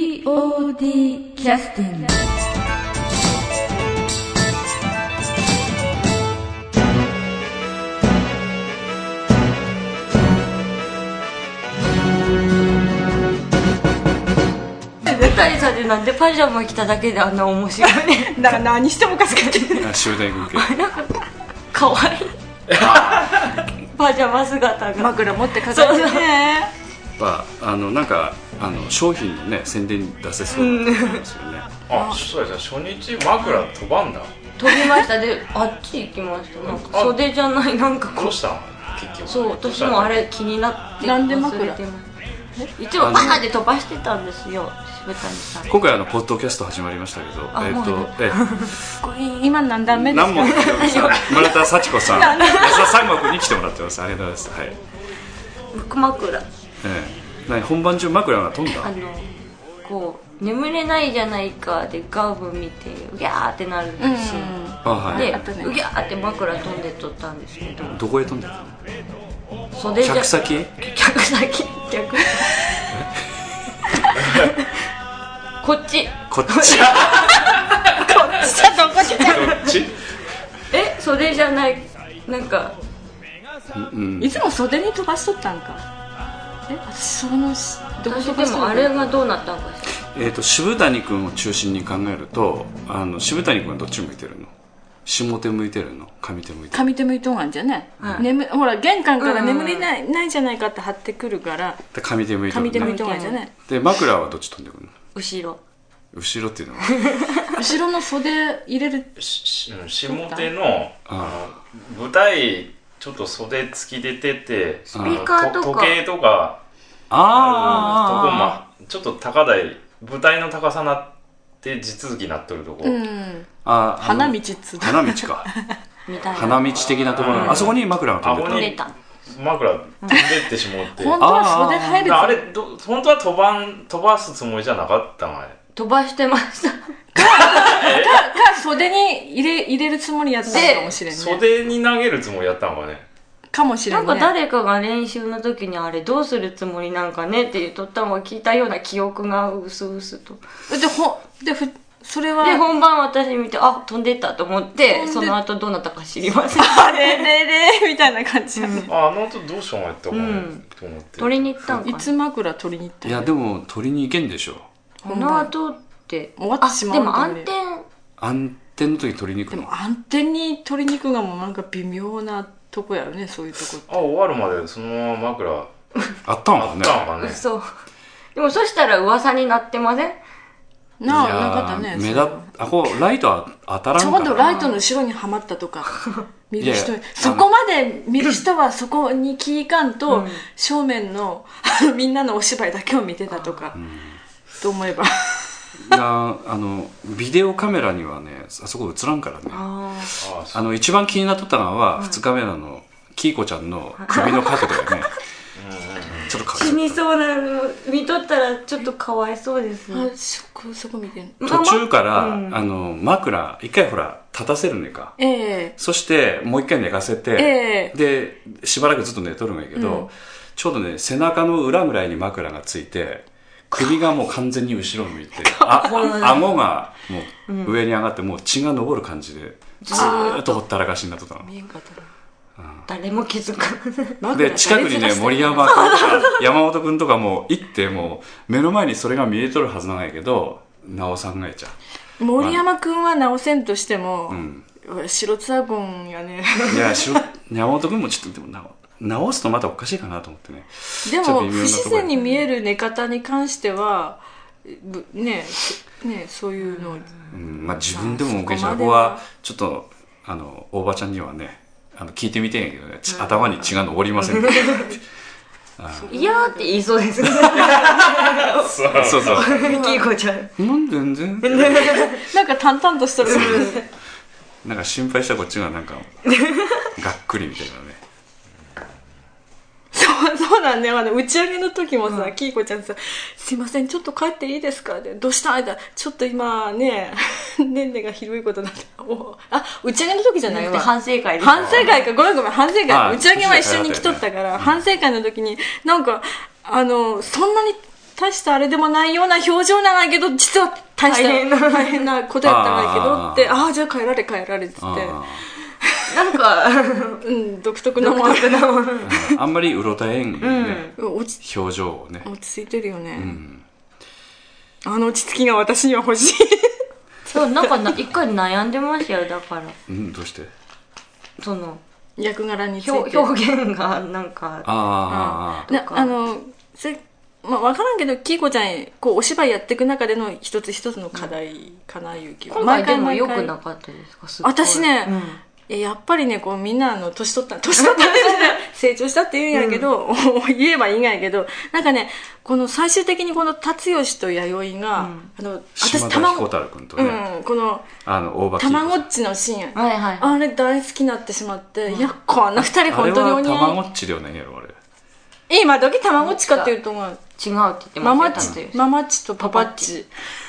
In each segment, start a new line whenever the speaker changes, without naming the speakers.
POD キャスティング
舞台さんでなんでパジャマ着ただけであんな面 白いね
だから何してもかすかってる
あ集大軍系
なんか可 愛いパジャマ姿が
枕持ってかかってね
はあのなんかあの商品のね宣伝に出せそうなんですよね
あそうですね初日枕飛ばんだ
飛びましたであっち行きましたなんか
あ
袖じゃないなんか
ど
こ
うしたの結局
うそう
どし
私
たの
もあれ気になって
なんで枕
忘れてます一応バーで飛ばしてたんですよ渋谷さん
今回あのポッドキャスト始まりましたけど
あ
えっ
もう
とえ
これ今何 段目です
南
か
本清美さん村田幸子さん安田三幕に来てもらってますありがとうございますはい、え
福枕
え何本番中枕が飛んだ
あのこう眠れないじゃないかでガーブ見てうぎゃーってなるし、
あは
で
い
危ないう
ぎゃーって枕飛んで撮ったんですけど
どこへ飛んだの
袖じゃ
客先へ
客先 客こっち
こっ ち
さあどこで
こっち
え袖じゃないなんか
うん
いつも袖に飛ばしとったんかえ私そのしどこ
私
飛
で
ばしと
も
った
あれがどうなったんかし
えっ、と渋谷君を中心に考えるとあの渋谷君はどっち向いてるの下手向いてるの上手向いてる
上手向いとんがんじゃね、
はい
眠ほら玄関から
うんうん
眠れない,、ないじゃないかって張ってくるから
で上手向いてる
上手向い
ね
とんがんじゃね
で枕はどっち飛んでくるの
後ろ
後ろっていうのは
後ろの袖入れる
ししうん下手のあ
あ
の舞台ちょっと袖突き出ててス
ピー
カーとか
時計とかあのとこ
あ
まちょっと高台舞台の高さなって地続きになっとるとこ、
うん
あああ
花道
道
っつうの
花道 か
みたいな
花道的なところ、
うん
あそこに枕が飛んで
あ
た
こに
出た
枕飛んでってしまって
本当は袖入る
あれど本当は飛ばん飛ばすつもりじゃなかったのあれ
飛ばしてま した
か袖に入れ入れるつもりやったのかもしれんね
袖に投げるつもりやったのかね
かもしれ
なんん
ね
か誰かが練習の時にあれどうするつもりなんかねって言っとったのを聞いたような記憶がうすうすと
でほでふそれは
で本番私見てあ飛んでったと思って
飛んで
その後どうなったか知りません
あれれれみたいな感じ、
ああの後どうしようもやったかね、
うん
と思って
取りに行ったんか
い
な
つ枕取りに行った
いやでも取りに行けんでしょ
この後って
終わってしまう
あでも暗転
暗転の時取りに行
で
くの
も暗転に取りに行くがもうなんか微妙なとこやろねそういうとこって
あ終わるまでそのまま枕あっ
あった
た
の
の
かね
かね
そうでもそしたら噂になってません
なあ
いやー
なかったね
目
そ
立
れ
っあこうライトは当たらん
ち
か
ょ
ら
うどライトの後ろにはまったとか見る人
いやいや
そこまで見る人はそこに気いかん
う
と、
ん
正面の あのみんなのお芝居だけを見てたとか、と思えば
いやーあのビデオカメラにはねあそこ映らんからね
あ
あそ
あの一番気になっとったのは2日目のあのキイコちゃんの首の角度よねちょっと
死
角
にそうなの見とったらちょっとかわいそうですね
あそこそこ見てる
途中から、
うん
あの枕一回ほら立たせるねか
ええ
そしてもう一回寝かせて、
え
でしばらくずっと寝とるんやけど、
うん
ちょうどね背中の裏ぐらいに枕がついて首がもう完全に後ろ向いてあ顎がもう上に上がってもう血が上る感じでずーっとほったらかしになっとったの
見えんかったな
誰も気づかない
で近くにね森山君とか山本君とかもう行ってもう目の前にそれが見えとるはずなんやけどなおさんがいちゃ
森山君は直せんとしても、
う、うん、
白ツアゴンやね
いやしろ山本君もちょっとでもな直すとまたおかしいかなと思ってね
で
ちょっと微妙なとこ
も
や
不自然に見える寝方に関してはぶねえねえそういうの
うんまあ、自分でも受けち
ま
ゃ
あ
う
そこまで
こ
は
はちょっとあのおばちゃんにはねあの聞いてみてんやけどね、ち頭に血が上りませ んけ ど
いやーって言いそう ですね
そうそう
キイコちゃ ん
なんで全然
なんか淡々としとる
なんか心配したこっちがなんかがっくりみたいなね
そうそうなんだよあの打ち上げの時もさ、キイコちゃんさ「すいませんちょっと帰っていいですか?」って「どうした?」ってちょっと今ね 年齢がひどいことになっておあ打ち上げの時じゃないわ
反省会です
反省会かごめんごめん反省会
ああ
打ち上げは一緒に来とったから、反省会の時になんかあのそんなに大したあれでもないような表情なんだけど実は大した
大変な
大変なことやったんだけどってああーじゃあ帰られ帰られっつって
あ
なんか、
うん独特な
独
もん
特なもの。
ーあんまりうろたえん、ね
うん。
うん落ち
表情をね、
落ち着いてるよね、
うん、
あの落ち着きが私には欲しい
そう、なんかな、一回悩んでましたよ、だから。
うん、どうして
その、
役柄について
表表現が、なんか、
あーあーあー
なあのそれまあ、分からんけどキイコちゃんこうお芝居やっていく中での一つ一つの課題かな、ゆうきは
今回でも
毎
良
回毎
く
回
なかったですかすっごい
私ね
うん
えやっぱりねこうみんなあの年取った 年取ったって言うじゃない成長したって言うんやけど、 言えばいいんやけどなんかねこの最終的にこの辰吉と弥生が、
うん
あの私
島田彦
卵
太郎君と
う
ね、
んこの
あの大場
たまごっちのシーン
はいはい。
あれ大好きになってしまって、いやこんな二人
あれ
本当にお
は
似
たま
合
ごっちではないやろあれ
い今時たまごっちかっていうと思う
違うって言ってましたよ
ママッ
達
チ
也
ママッチとパパッチ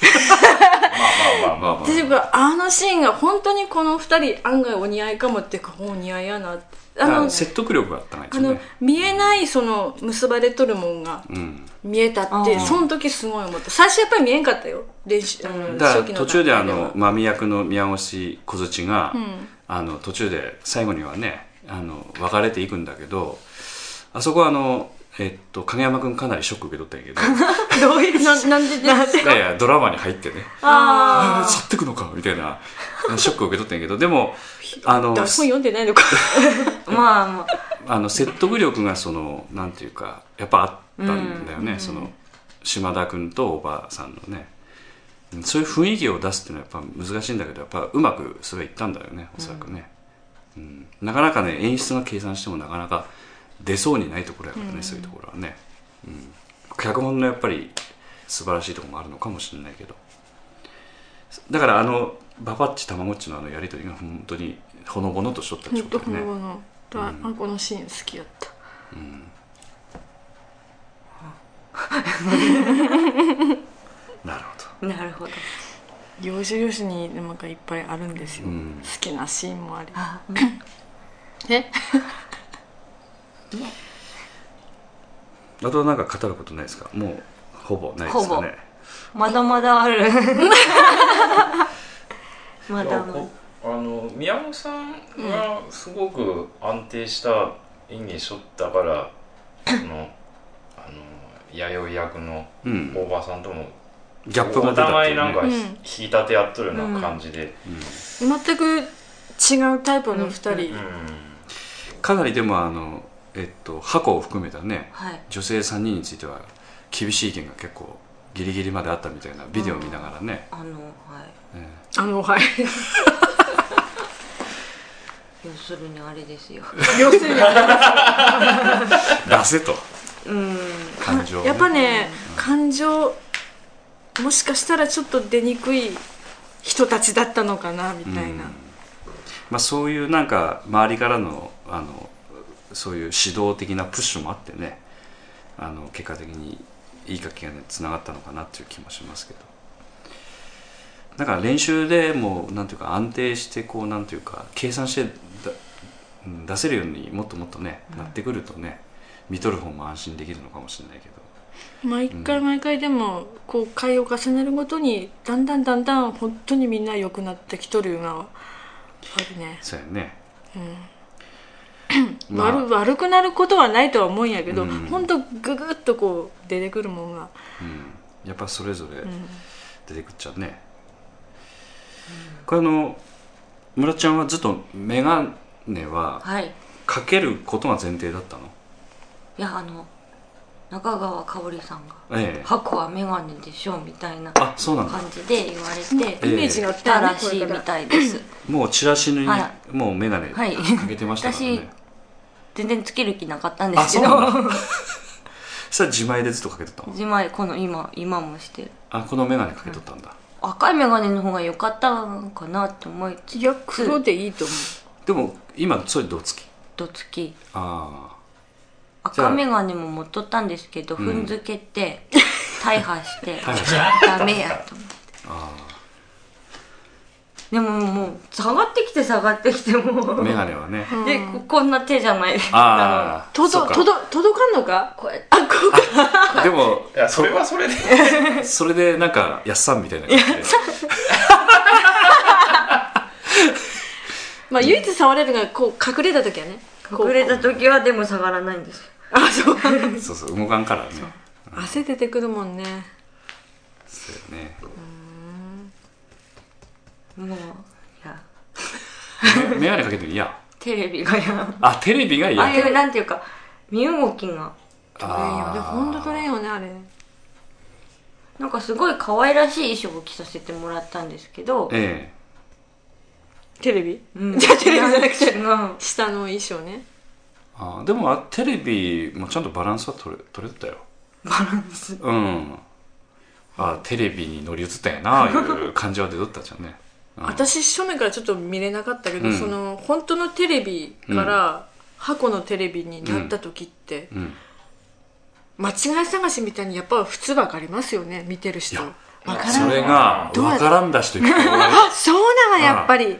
まあまあまあまあ、
私僕あのシーンが本当にこの二人案外お似合いかもっていうかお似合いやなってあ
あ
の
の説得力があったんです
あ
よ
の
ね
見えないその結ばれとるもんが
うん
見えた
あ
って
ー
その時すごい思った最初やっぱり見えんかったよ練習あの
だから
初期の
途中であ
段階
の
は
間宮役の宮越小槌が、
うん
あの途中で最後にはねあの別れていくんだけどあそこはあのえっと影山君かなりショック受け取ったんやけ
どういうななんでです
どいやいやドラマに入ってね
あ
あ 去ってくのかみたいなショックを受け取ったんやけどでもあ
あ
の
台本読んでない のか
まあまあ、
あの説得力がそのなんていうかやっぱあったんだよね、その島田君とおばさんのねうんそういう雰囲気を出すっていうのはやっぱ難しいんだけどやっぱうまくそれはいったんだよねおそらくね、うんなかなかね演出が計算してもなかなか出そうにないところやからね、そういうところはね、うん、脚本のやっぱり素晴らしいところもあるのかもしれないけどだからあのババッチたまごっちのあのやり取りが本当にほのぼのとしとったって
本
こと
当
だ
こ
よね、
のだあこのシーン好きやった
なるほど
なるほど。
要所要所になんかいっぱいあるんですよ
う
好
ん
きなシーンもあり
あ
え
あとはなんか語ることないですかもうほぼないですかね
まだまだある。 まだまだ。
あの宮本さんがすごく安定した演技しとったから、そのあの弥生役の
うん
おばさんとも、
ギャップが
お
出たって
互
い
いなん
う
か
ね
ひ
うん
引き立て合っとるような感じで、
全く違うタイプの2人、
うん
かなりでもあのえっと箱を含めたね
はい。
女性3人については厳しい意見が結構ギリギリまであったみたいなビデオ見ながらね、
あの、は
え
あのはい
い。要するにあれです よ。
要するに
え出せと
うん。
感情をね、
やっぱね感情もしかしたらちょっと出にくい人たちだったのかなみたいな、
うんまあ、そういうなんか周りからのあのそういう指導的なプッシュもあってねあの結果的にいい書きがねつながったのかなっていう気もしますけどだから練習でもうなんていうか安定してこうなんていうか計算してだうん出せるようにもっともっとね、なってくるとね見とる方も安心できるのかもしれないけど
毎回毎回でもこう回を重ねるごとにだんだんだんだん本当にみんな良くなってきとるがあるね、
そうやね、まあ
悪悪くなることはないとは思うんやけど、
うん
本当ググッとこう出てくるもんが、
うん、やっぱそれぞれ、
うん
出てくっちゃうね、これあの村ちゃんはずっと眼鏡は
はい。
かけることが前提だったの
いや、あの、中川香織さんが、
ええ
箱はメガネでしょ、みたいな
あそうなんだ
感じで言われ
え
て、
イメージが
来た
ね
らしい
これ
み
から
たいです。
もうチラシに
は
もう眼鏡
はい
かけてましたからね、
私全然つける気なかったんで
あ
す
そう
けど、
なんだ それは自前でずっとかけとったの
自前、この今、今もしてる。
あこの眼鏡かけとったんだ、
赤いメガネの方が良かったんかなって思いつ
いや黒でいいと思
でも今それどつき
どつき
あじゃあ
赤眼鏡も持っとったんですけど
ん
踏んづけて、大破して
大破し
ダメやと思って
あああ
でももう下がってきて下がってきてもう
メガネはね。
でここんな手じゃないです
ああ、
と
そ
ど
っか
とど届かんのかこうやってあこうか
でも、
いやそれはそれで
それでなんか、やっさんみたいな感じで。
まあ唯一触れるのがこう隠れた時はねこう
隠れた時はでも下がらないんですよ
あそう
そうそう、動かんからね。
汗出てくるもんね
そうよね。
もういや
メメガネかけてる嫌。
テレビがや
あ、テレビが
ああいう
嫌。
なんていうか身動きが
取れんよねほんと取れんよねあれ
なんかすごい可愛らしい衣装を着させてもらったんですけど、
え
テレビ
うん、
じゃあテレビじゃなくて
うん
下の衣装
え
ね
あーでもあテレビもちゃんとバランスは取れ取れてたよバランスうんあーテレビに乗り移ったんやないう感じは出とったじゃんね、うん
私正面からちょっと見れなかったけど、
うん
その本当のテレビから箱のテレビになった時って、
うん
間違い探しみたいにやっぱ普通わかりますよね見てる人
いや
わから
あ
ん
それが
どうや
わ
って
からんだしと言って
あそうなのやっ ぱり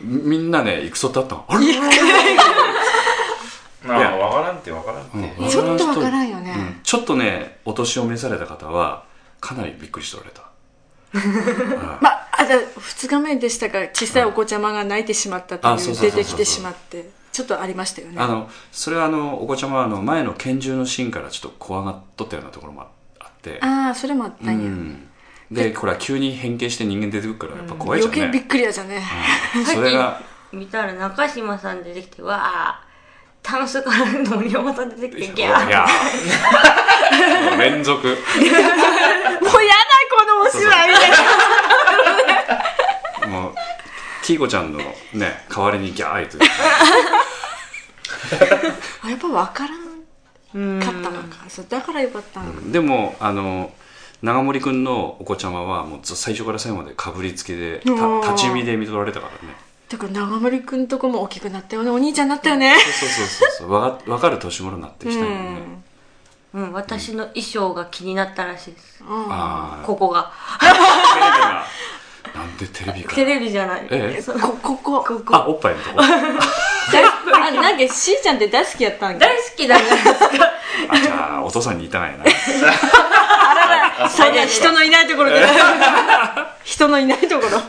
みんなね行くそってあったのあれ
ま
いや
あ分からんって分からんって、
うん
ちょっとわからんよね、
うんちょっとねお年を召された方はかなりびっくりしておられたはい
まあ、あだ2日目でしたから小さいお子ちゃまが泣いてしまったと
あ
い
そう
う
そうそう
出
そう
てきてしまってちょっとありましたよね
あのそれはあのお子ちゃまはあの前の拳銃のシーンからちょっと怖がっとったようなところもああって
ああそれもあった
うん
や、
ん、でこれは急に変形して人間出てくるからやっぱ怖いじ
余
ゃん
計びっ
ね、
くりやじゃね、
うんそれが
見たら中島さん出てきてわあタンスから森山さん出てきてギ
い
ャー
やもう連続
もうやだこのお芝居みたいな
もうキイコちゃんのね代わりにギャーイと
あやっぱ分から
うん
んかったのかそうだからよかったのか、
でもあの長森くんのお子ちゃまはもうず最初から最後までかぶりつきでた
うん
立ち見で見とられたからね
だから長森くんとこも大きくなったよねお兄ちゃんになったよね
そうそうそうそうわか分かる年頃になってきたもんね、
うん、私の衣装が気になったらしいです
うんうん
あ
ここが
あテレビがなんでテレビか
テレビじゃない
ええ
そう
ここここ
あおっぱいのとこあ
大あなんかしーちゃんって大好きやったんか
大好きだ ね
じゃあお父さんにいたないな
そうだ人のいないところで 人のいないところ
なる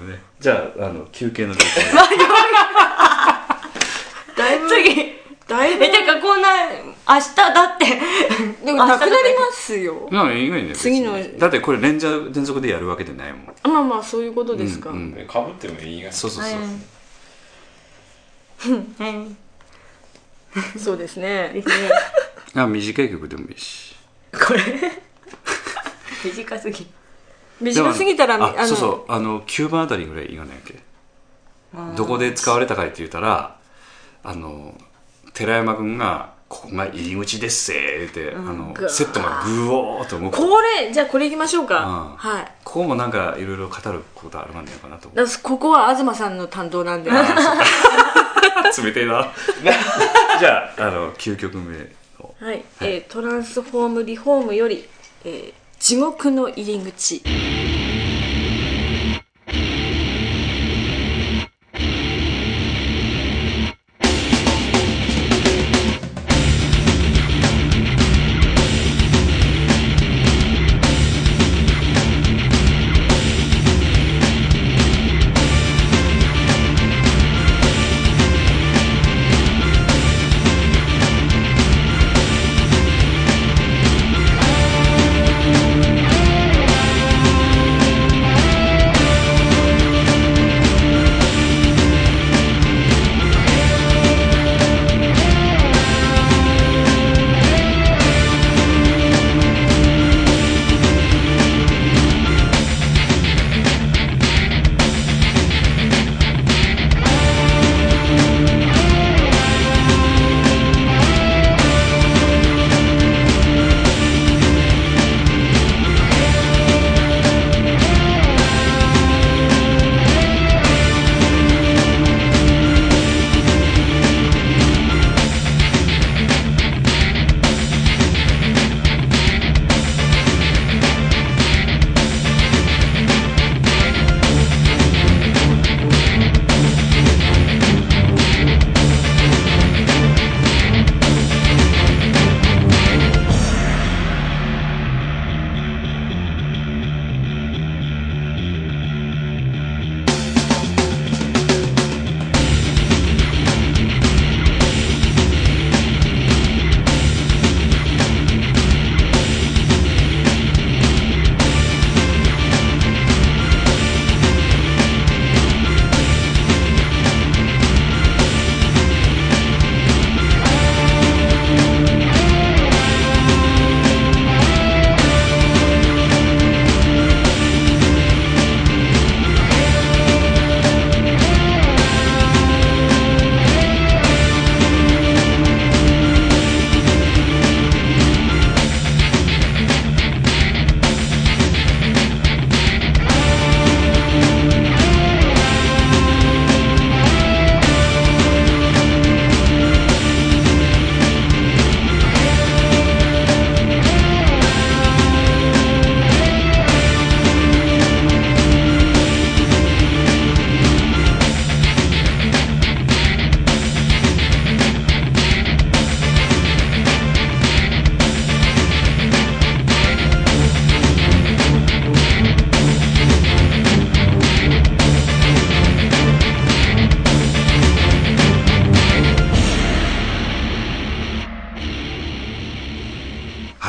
ほどね。じゃあ、あの、休憩の時間。
だいぶ
次
だいぶ
えてかこんな明日だって
でもなくなりますよ。
まあ、いいね。別に
次の
だってこれ連続連続でやるわけじゃないもん。
あまあまあそういうことですか。
うんうん
かぶってもいいが
そうそうそう。
すはいはい
そうですね。
ですね
あ短い曲でもいいし。
これ短すぎ
短すぎたら
でもあ
の
そうそう。あの、9番あたりぐらいいかないわけ。どこで使われたかいって言ったら、あの、寺山くんが、ここが入り口ですせーって、あの
ぐ、わー
セットがぐおーっと動く。こ
これじゃあこれいきましょう
うん
か。はい。
こもなんかいろいろ語ることあるんだよかなと思
だからここは東さんの担当 なんで。は
う。 冷てえ な。じゃあ、あの、9曲目の。
い。えートランスフォームリフォームより、えー地獄の入り口。
「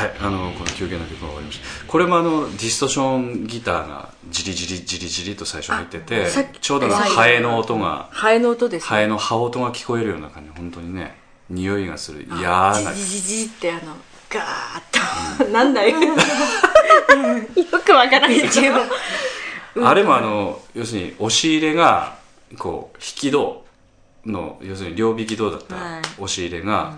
わかりましたこれもあのディストションギターがジリジリジリジリと最初入ってて
あさっき
ちょうどなんかハエの音が
ハエの音です
ハエの羽音が聞こえるような感じ本当にね匂いがする嫌な
ジジジジってあのガーッとなんだよ よくわからん けど
あれもあの要するに押し入れがこう引き戸の要するに両引き戸だった
はい
押し入れが、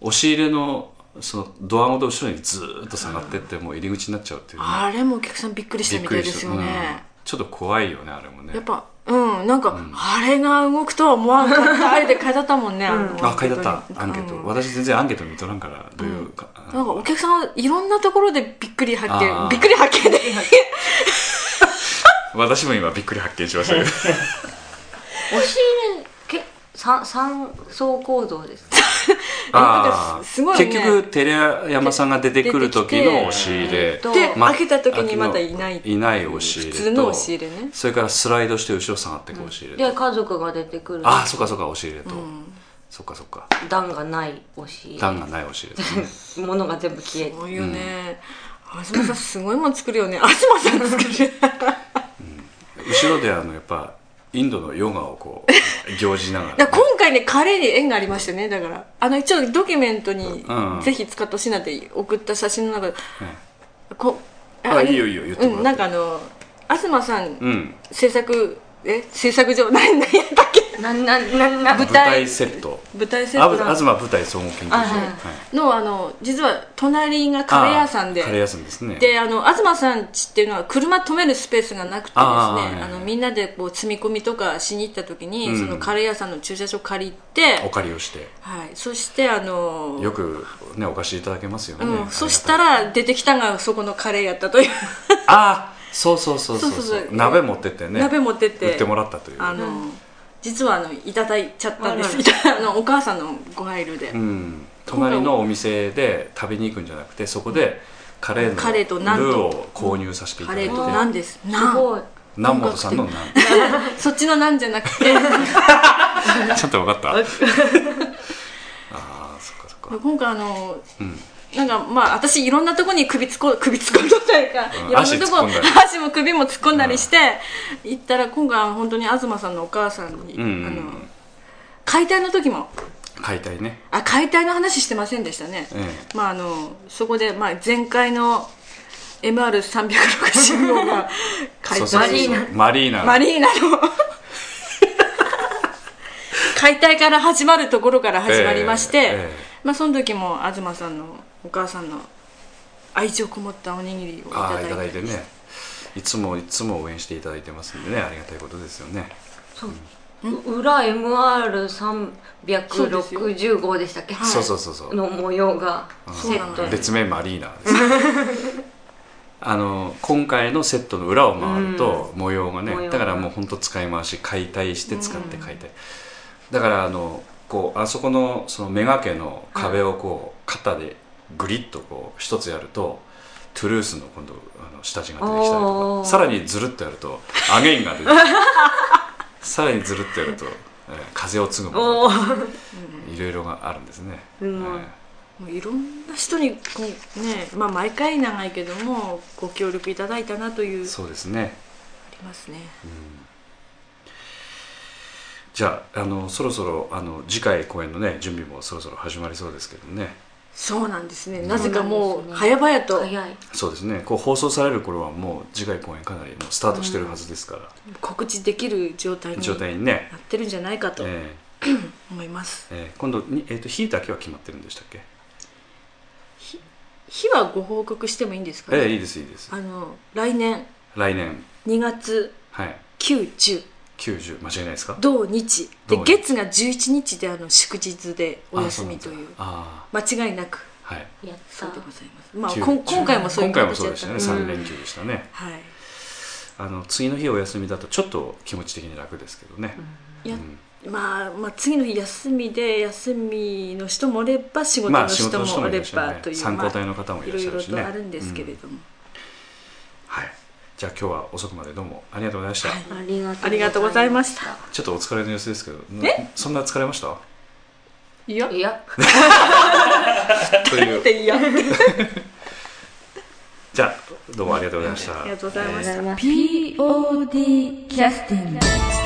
押し入れのそのドアごと後ろにずーっと下がってってもう入り口になっちゃうっていうね、
あれもお客さんびっくりしたみたいですよ
うん
ね、
ちょっと怖いよねあれもね
やっぱうんなんか、あれが動くとは思わんかったあれで買いだったもんね、の
あ書いてあったアンケート、
うん
私全然アンケート見とらんからどういうか、
なんかお客さんはいろんなところでびっくり発
あー
見びっくり発見で
私も今びっくり発見しましたけど
押し入れけ三三層構造です
なんか
ー
すごいね
結局寺山さんが出てくる時の押し入
えー
れ
と
で
ま
開けた時にまだいない
いない押し入れ
普
と
通の押し入れね
それからスライドして後ろ下がっていく押し入れと、
で家族が出てくる
ああそっかそっか押し入れと、
ん
そっかそっか
段がない押し入
段がない押し入れと
れ物が全部消え
す
て
ごいよね、東さんすごいもん作るよね東さん 作る
後ろであのやっぱインドのヨガをこう行事しな がら,、
だから今回ねカレーに縁がありましたねだからあの一応ドキュメントに
うん
ぜひ使ってほしいなって送った写真の中で
ね
こ
あいいよいいよ言ってもらって
うん、なんかあの東さん、
うん
制作え制作上何何やったっけ
なんなんなんなん
舞台セット
舞台制
あ
作
ぶ
の
東舞台総合研究所、
あはい
のあの実は隣がカレー屋さんで
あーカレー屋さんですね
であの東さんちっていうのは車止めるスペースがなくてですね
あ
あ
ーはい
のみんなでこう積み込みとかしに行った時に、
うん
そのカレー屋さんの駐車場借りて、
お借りをして
はい、そしてあの
よくねお貸しいただけますよね、
うん、そした
あ
ら出てきたのがそこのカレーやったという、
りがたいあーそうそうそうそうそう
そうそうそう
鍋持ってってね
鍋持ってって
売ってもらったという
あの、実はあのいただいちゃったんです、
あら
いたあのお母さんのご配慮で、
うん隣のお店で食べに行くんじゃなくてそこでカレーの
カレーとナンと
ルーを購入させていた
カ
だい
レ
て
ーとなんです
す
なん
ごい
南本さんの なん
そっちのなんじゃなくて
ちゃんと 分かった ああそっかそっか
今回あの
うん
なんかまあ私いろんなとこに 首突っ込首突っ込んだというか、
うん
いろんなとこ
足突っ込んだり
足も首も突っ込んだりして、行ったら今回は本当に東さんのお母さんに、
うんうんうん
あの解体の時も
解体ね
あ解体の話してませんでしたね、
え
まああのそこで、まあ、前回の MR360 号が解
そうそう
体
そうマリーナ
マリーナ の解体から始まるところから始まりまして、
えええ
まあ、その時も東さんのお母さんの愛情こもったおにぎりをい
あ
た
あいただ
だい
い
て
てねいつもいつも応援していただいてますんでねありがたいことですよね
そうう裏 MR360 号でしたっけ、
い
そうそうそうそう
の模様が
うん
セットで
別名マリーナですあの今回のセットの裏を回ると模様がね、
模様が
だからもう本当使い回し解体して使って解体、だからあのこうあそこのその目がけの壁をこう肩でグリッとこう一つやるとトゥルースの今度あの下地が出てきたりと
おー
かさらにずるっとやるとアゲインが出てきたりさらにずるっとやると、えー風を継ぐも
おお
のいろいろがあるんですね、
すごい
はい
もういろんな人にこう、ねまあ、毎回長いけどもご協力いただいたなというあ
そうですね
りますね
じゃああのそろそろあの次回公演のね準備もそろそろ始まりそうですけどね
そうなんですねなぜかも
そう
う
なんです
早々と
早い
そうですねこう放送される頃はもう次回公演かなりもうスタートしてるはずですから、
告知できる状態に
状態にね、
なってるんじゃないかと
え
思います
ーえー今度に、えー、と日だけは決まってるんでしたっけ
日はご報告してもいいんですか、
えーいいですいいです
あの来年
来年
2月
はい
910
90間違いないですか
同日で
同日
月が11日であの祝日でお休みという
あ
間違いなく
そうなんだ
やった
そうでございますまあ
あーはい
こん
9
今回もそういう
今回もそう
だ
で
っ
したた
ん
ね
で
3連休でしたね、
はい
あの次の日お休みだとちょっと気持ち的に楽ですけどね、
いや
うん
まあ、まあ次の日休みで休みの人もおれば仕事の人もおればという
参
ま
考
あ
体の方もい
い
ら
ろ
っ
い
しゃる
ろ
し
と
ね
あるんですけれども
はい。じゃあ今日は遅くまでどうもありがとうございました。
ありがとう
ありがとうございました
ちょっとお疲れの様子ですけど、
え
そんな疲れま した
いや
いや
という
っ。ていや
じゃあどうもありがとうございました
ありがとうございました
りがとうございます
POD キャスティング